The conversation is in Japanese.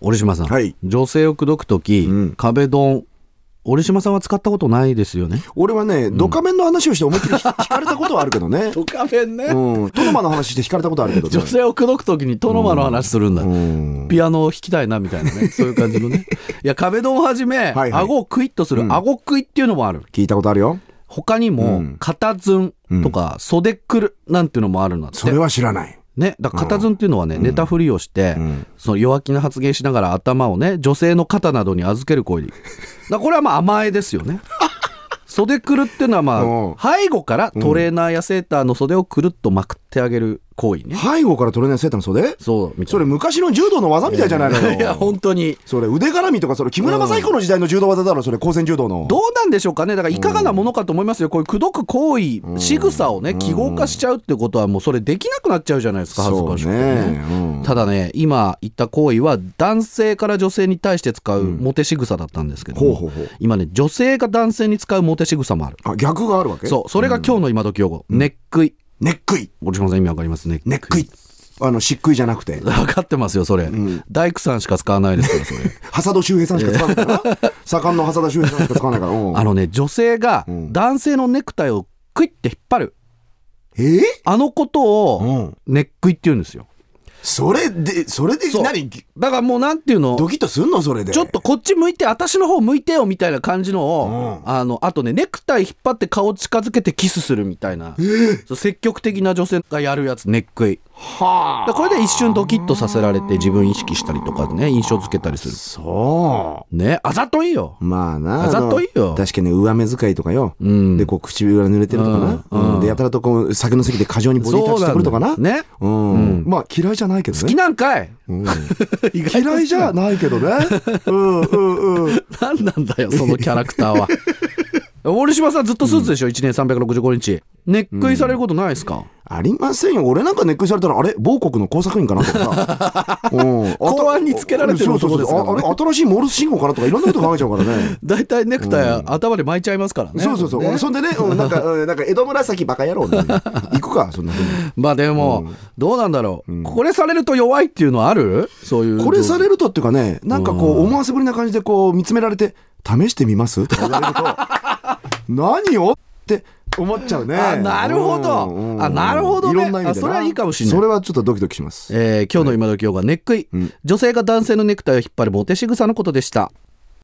折島さん、はい女性を口説く時、うん壁ドン折島さんは使ったことないですよね俺はね、ドカメンの話をして思いっき り引引かれたことはあるけどね。壁ねうん。トノマの話して引かれたことある けどね女。性を口説く時にトノマの話するんだ、うん。ピアノを弾きたいなみたいな ねそういう感じのねいや壁ドンをはじめ、はい顎をクイッとする、うん顎クイっていうのもある聞いたことあるよ。他にも、うん肩ズンとか、袖くるなんていうのもあるんだってそれは知らない。ねだから肩ズンっていうのはね、寝たふりをして、うん。その弱気な発言しながら頭をね女性の肩などに預ける行為だからこれはまあ甘えですよね袖くるっていうのはおうまあ背後からトレーナーやセーターの袖をくるっとまくってあげる行為ね、背後から取れないセーターの袖そうみたいなそれ昔の柔道の技みたいじゃないの よ。いや本当にそれ腕絡みとか、それ木村正彦の時代の柔道技だろ、それ高専柔道の。どうなんでしょうかねだからいかがなものかと思いますよこういう口説く行為仕草をね記号化しちゃうってことはもうそれできなくなっちゃうじゃないですか恥ずそうかしくてね。うんただね今言った行為は男性から女性に対して使うモテ仕草だったんですけども、ほうほうほう。今ね女性が男性に使うモテ仕草もあるあ、逆があるわけそうそれが今日の今時用語、ネックイネックイ。折島さん意味わかりますねネックイ。あの、漆喰じゃなく て。分かってますよそれ、大工さんしか使わないですからそれ浅田周平さんしか使わないか らな。盛んの浅田周平さんしか使わないから。うんあのね女性が男性のネクタイをクイって引っ張るえーあのことうをんネックイって言うんですよそれで、それでそう何だからもうなんていうのドキッとすんのそれで。ちょっとこっち向いて私の方向いてよみたいな感じのを、あのあとねネクタイ引っ張って顔近づけてキスするみたいな、そう積極的な女性がやるやつネックイはあ。だからこれで一瞬ドキッとさせられて自分意識したりとかね印象付けたりするそねあざといよう。まあな。あざといよあの確かにね上目遣いとかよ。んで、こう、唇が濡れてるとかな。うんうんで、やたらとこう、酒の席で過剰にボディタッチしてくるとかな。そうなんだよねうん。まあ、嫌いじゃないけど好きね。なんかい 意外と好き嫌いじゃないけどね。うん、うん、うん。何なんだよそのキャラクター は森島さんずっとスーツでしょ、1年365日ネックイされることないですか、ありませんよ。俺なんかネックレスされたら、あれ某国の工作員かなとか さ。うん。公安につけられてるそうそうそ男うですからねああれ、新しいモールス信号かなとか、いろんなこと考えちゃうからね。だいたいネクタイ、頭で巻いちゃいますからねそうそうそう。ねそんでね、うん なんか、うんなんか、江戸紫バカ野郎みたいな。行くか、そんなふうに。まあでも、どうなんだろう、これされると弱いっていうのはあるそういうこれされるとっていうかね、なんかこう、思わせぶりな感じでこう、見つめられて、試してみますとか言われると、 何をって思っちゃうね。あなるほどうんうんあなるほどねいろんな意味でなあそれはいいかもしんないそれはちょっとドキドキします。えー今日の今時用がネックイ、女性が男性のネクタイを引っ張るモテ仕草のことでした